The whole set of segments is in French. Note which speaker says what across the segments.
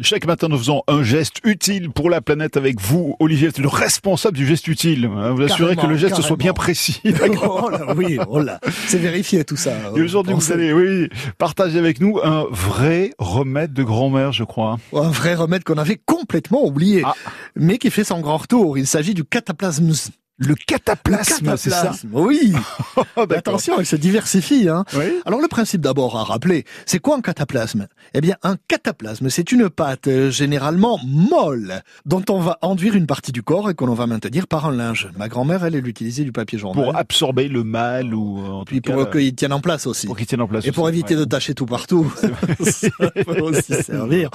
Speaker 1: Chaque matin, nous faisons un geste utile pour la planète avec vous, Olivier. Vous êtes le responsable du geste utile. hein. Vous assurez
Speaker 2: Carrément,
Speaker 1: que le geste soit
Speaker 2: carrément.
Speaker 1: bien précis.
Speaker 2: Oh là, oui, oh là. C'est vérifié tout ça.
Speaker 1: Et aujourd'hui, vous allez, oui, partager avec nous un vrai remède de grand-mère, je crois.
Speaker 2: Un vrai remède qu'on avait complètement oublié,
Speaker 1: Ah.
Speaker 2: mais qui fait son grand retour. Il s'agit du cataplasme.
Speaker 1: Le cataplasme, c'est ça
Speaker 2: Cataplasme, oui.
Speaker 1: Oh,
Speaker 2: Mais
Speaker 1: D'accord.
Speaker 2: Attention, il se diversifie. Hein.
Speaker 1: Oui.
Speaker 2: Alors le principe d'abord à rappeler, c'est quoi un cataplasme Eh bien un cataplasme, c'est une pâte euh, généralement molle dont on va enduire une partie du corps et qu'on va maintenir par un linge. Ma grand-mère, elle, elle utilisait du papier journal.
Speaker 1: Pour absorber le mal ou euh, en
Speaker 2: puis
Speaker 1: tout
Speaker 2: pour
Speaker 1: cas,
Speaker 2: qu'il tienne en place aussi.
Speaker 1: pour qu'il tienne en place.
Speaker 2: Et pour
Speaker 1: aussi,
Speaker 2: éviter
Speaker 1: ouais.
Speaker 2: de tâcher tout partout, ça peut aussi servir.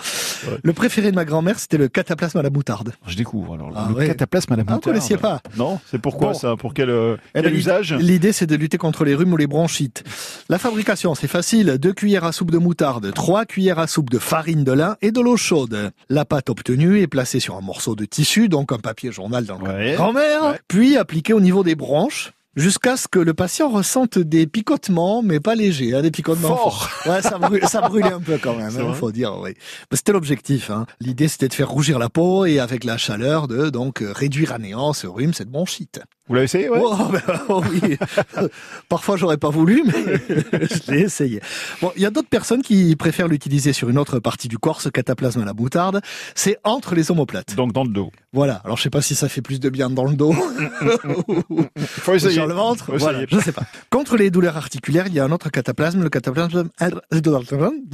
Speaker 2: Le préféré de ma grand-mère, c'était le cataplasme à la moutarde.
Speaker 1: Je découvre alors
Speaker 2: Ah,
Speaker 1: le
Speaker 2: ouais.
Speaker 1: cataplasme à la
Speaker 2: Ah, vous
Speaker 1: moutarde.
Speaker 2: connaissiez pas
Speaker 1: Non, c'est pourquoi
Speaker 2: Bon.
Speaker 1: ça Pour quel, euh,
Speaker 2: Eh
Speaker 1: quel
Speaker 2: ben, l'id-
Speaker 1: usage
Speaker 2: L'idée, c'est de lutter contre les rhumes ou les bronchites. La fabrication, c'est facile. Deux cuillères à soupe de moutarde, trois cuillères à soupe de farine de lin et de l'eau chaude. La pâte obtenue est placée sur un morceau de tissu, donc un papier journal dans le cas de
Speaker 1: Ouais.
Speaker 2: ma grand-mère,
Speaker 1: Ouais.
Speaker 2: puis appliquée au niveau des branches. Jusqu'à ce que le patient ressente des picotements, mais pas légers, hein, des picotements forts.
Speaker 1: Fort
Speaker 2: Ouais, ça, brûle- ça brûlait un peu quand même,
Speaker 1: C'est
Speaker 2: il
Speaker 1: vrai
Speaker 2: faut dire, oui. Mais C'était l'objectif. Hein. L'idée, c'était de faire rougir la peau et avec la chaleur, de donc euh, réduire à néant ce rhume, cette bronchite.
Speaker 1: Vous l'avez essayé ouais
Speaker 2: Oh, ben, oh oui. Parfois, j'aurais pas voulu, mais je l'ai essayé. Bon, il y a d'autres personnes qui préfèrent l'utiliser sur une autre partie du corps, ce cataplasme à la moutarde. C'est entre les omoplates.
Speaker 1: Donc dans le dos.
Speaker 2: Voilà. Alors, je sais pas si ça fait plus de bien dans le dos
Speaker 1: Faut
Speaker 2: ou
Speaker 1: essayer.
Speaker 2: sur le ventre.
Speaker 1: Faut
Speaker 2: Voilà,
Speaker 1: essayer.
Speaker 2: je sais pas. Contre les douleurs articulaires, il y a un autre cataplasme, le cataplasme, c'est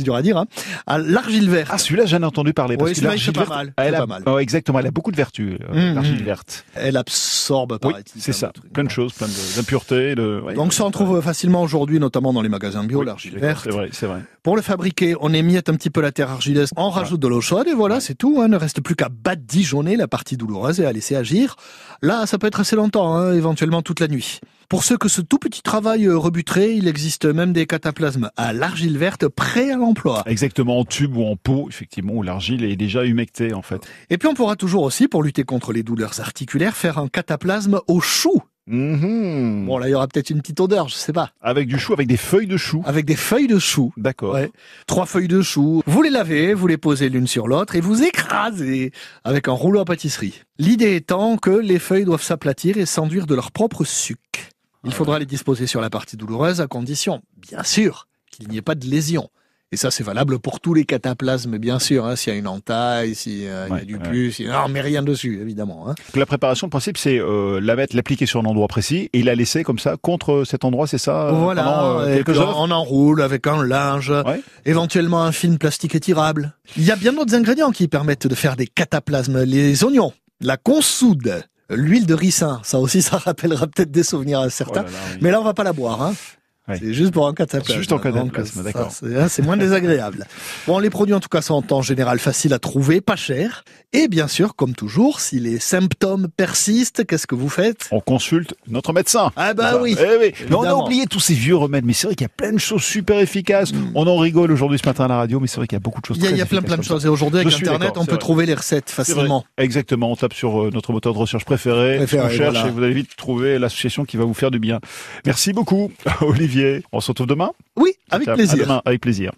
Speaker 2: dur à dire, hein, à l'argile verte.
Speaker 1: Ah, celui-là, j'en ai entendu parler. Parce
Speaker 2: Oui,
Speaker 1: que
Speaker 2: celui-là, il
Speaker 1: l'argile
Speaker 2: fait pas
Speaker 1: verte,
Speaker 2: mal, il
Speaker 1: Elle
Speaker 2: fait
Speaker 1: a,
Speaker 2: pas mal.
Speaker 1: ouais, exactement, elle a beaucoup de vertus, euh,
Speaker 2: Mm,
Speaker 1: l'argile
Speaker 2: mm.
Speaker 1: verte.
Speaker 2: Elle absorbe,
Speaker 1: Oui,
Speaker 2: paraît-il.
Speaker 1: c'est
Speaker 2: plein
Speaker 1: ça.
Speaker 2: de trucs.
Speaker 1: Plein de choses, plein de- d'impuretés. de- ouais.
Speaker 2: Donc ça, on trouve facilement aujourd'hui, notamment dans les magasins bio,
Speaker 1: Oui,
Speaker 2: l'argile
Speaker 1: d'accord,
Speaker 2: verte.
Speaker 1: C'est vrai, c'est vrai.
Speaker 2: Pour le fabriquer, on émiette un petit peu la terre argileuse, on rajoute de l'eau chaude et voilà, c'est tout. Hein. Ne reste plus qu'à badigeonner la partie douloureuse et à laisser agir. Là, ça peut être assez longtemps, hein, éventuellement toute la nuit. Pour ceux que ce tout petit travail euh, rebuterait, il existe même des cataplasmes à l'argile verte prêts à l'emploi.
Speaker 1: Exactement, en tube ou en pot, effectivement, où l'argile est déjà humectée, en fait.
Speaker 2: Et puis on pourra toujours aussi, pour lutter contre les douleurs articulaires, faire un cataplasme au chou.
Speaker 1: Mhm.
Speaker 2: Bon là, il y aura peut-être une petite odeur, je sais pas.
Speaker 1: Avec du chou, avec des feuilles de chou.
Speaker 2: Avec des feuilles de chou.
Speaker 1: D'accord.
Speaker 2: Ouais. Trois feuilles de chou, vous les lavez, vous les posez l'une sur l'autre et vous écrasez avec un rouleau à pâtisserie. L'idée étant que les feuilles doivent s'aplatir et s'enduire de leur propre suc.
Speaker 1: Ah
Speaker 2: Il faudra les disposer sur la partie douloureuse à condition, bien sûr, qu'il n'y ait pas de lésion. Et ça, c'est valable pour tous les cataplasmes, bien sûr. Hein, S'il y a une entaille, s'il euh, il y
Speaker 1: Ouais,
Speaker 2: a du
Speaker 1: ouais.
Speaker 2: pus, si- non, mais rien dessus, évidemment. hein.
Speaker 1: Donc, la préparation, le principe, c'est euh, la mettre, l'appliquer sur un endroit précis et la laisser comme ça, contre cet endroit, c'est ça euh,
Speaker 2: voilà,
Speaker 1: pendant, euh,
Speaker 2: et
Speaker 1: quelques
Speaker 2: puis
Speaker 1: heures
Speaker 2: on on enroule avec un linge,
Speaker 1: Ouais.
Speaker 2: éventuellement un film plastique étirable. Il y a bien d'autres ingrédients qui permettent de faire des cataplasmes. Les oignons, la consoude, l'huile de ricin, ça aussi ça rappellera peut-être des souvenirs à
Speaker 1: Oh
Speaker 2: certains.
Speaker 1: là là, oui.
Speaker 2: Mais là, on va pas la boire. Hein.
Speaker 1: Ouais.
Speaker 2: C'est juste pour un cataplasme.
Speaker 1: C'est juste en cataplasme,
Speaker 2: Donc, ça,
Speaker 1: d'accord.
Speaker 2: C'est hein, c'est moins désagréable. Bon, les produits en tout cas sont en général faciles à trouver, pas chers. Et bien sûr, comme toujours, si les symptômes persistent, qu'est-ce que vous faites
Speaker 1: on consulte notre médecin.
Speaker 2: Ah bah
Speaker 1: Enfin,
Speaker 2: oui
Speaker 1: eh oui. Mais on a
Speaker 2: Évidemment.
Speaker 1: oublié tous ces vieux remèdes, mais c'est vrai qu'il y a plein de choses super efficaces. On en rigole aujourd'hui ce matin à la radio, mais c'est vrai qu'il y a beaucoup de choses.
Speaker 2: Hmm. Il y a,
Speaker 1: très
Speaker 2: il y a plein
Speaker 1: efficaces
Speaker 2: plein
Speaker 1: comme
Speaker 2: de
Speaker 1: ça.
Speaker 2: choses. Et aujourd'hui,
Speaker 1: Je
Speaker 2: avec
Speaker 1: suis
Speaker 2: Internet,
Speaker 1: d'accord,
Speaker 2: on
Speaker 1: c'est
Speaker 2: peut
Speaker 1: vrai.
Speaker 2: trouver les recettes
Speaker 1: C'est vrai.
Speaker 2: facilement.
Speaker 1: Exactement, on tape sur euh, notre moteur de recherche préféré,
Speaker 2: Préféré,
Speaker 1: on cherche
Speaker 2: voilà.
Speaker 1: et vous allez vite trouver l'association qui va vous faire du bien. Merci beaucoup, Olivier. On se retrouve demain.
Speaker 2: Oui, avec
Speaker 1: Ciao. À
Speaker 2: plaisir.
Speaker 1: demain, avec plaisir.